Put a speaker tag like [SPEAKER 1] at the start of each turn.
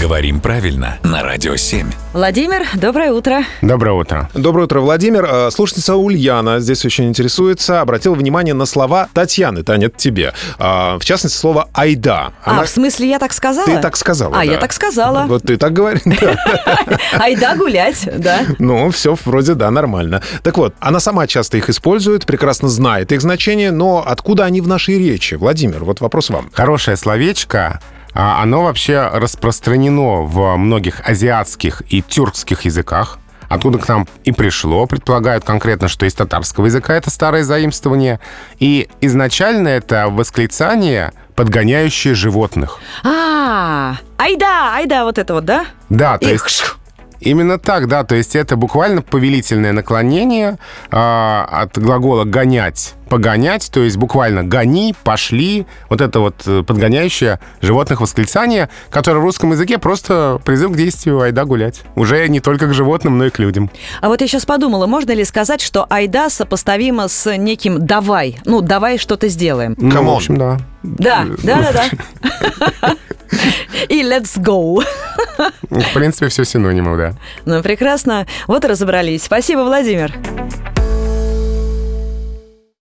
[SPEAKER 1] Говорим правильно на Радио 7.
[SPEAKER 2] Владимир, доброе утро.
[SPEAKER 3] Доброе утро.
[SPEAKER 4] Доброе утро, Владимир. Э, Слушательница Ульяна здесь очень интересуется. Обратила внимание на слова Татьяны, Таня, это тебе. А, В частности, слово «айда».
[SPEAKER 2] А, в смысле, я так сказала?
[SPEAKER 4] Ты так сказала.
[SPEAKER 2] А,
[SPEAKER 4] да.
[SPEAKER 2] я так сказала.
[SPEAKER 4] Вот ты так говоришь. да.
[SPEAKER 2] Айда гулять, да.
[SPEAKER 4] Ну, все вроде да, нормально. Так вот, она сама часто их использует, прекрасно знает их значение, но откуда они в нашей речи? Владимир, вот вопрос вам.
[SPEAKER 3] Хорошее словечко. а, Оно вообще распространено в многих азиатских и тюркских языках. Оттуда к нам и пришло. Предполагают конкретно, что из татарского языка это старое заимствование. И изначально это восклицание, подгоняющее животных.
[SPEAKER 2] А, айда, айда, вот это вот, да?
[SPEAKER 3] Да, то
[SPEAKER 2] И
[SPEAKER 3] есть...
[SPEAKER 2] хш.
[SPEAKER 3] Именно так, да. То есть это буквально повелительное наклонение а, от глагола гонять, погонять, то есть буквально гони, пошли. Вот это вот э, подгоняющее животных восклицание, которое в русском языке просто призыв к действию айда гулять. Уже не только к животным, но и к людям.
[SPEAKER 2] А вот я сейчас подумала, можно ли сказать, что айда сопоставима с неким давай? Ну, давай что-то сделаем.
[SPEAKER 3] Ну,
[SPEAKER 4] Камон.
[SPEAKER 3] в общем, да.
[SPEAKER 2] Да, да, да, да. И let's go.
[SPEAKER 3] В принципе, все синонимы, да.
[SPEAKER 2] Ну, прекрасно. Вот и разобрались. Спасибо, Владимир.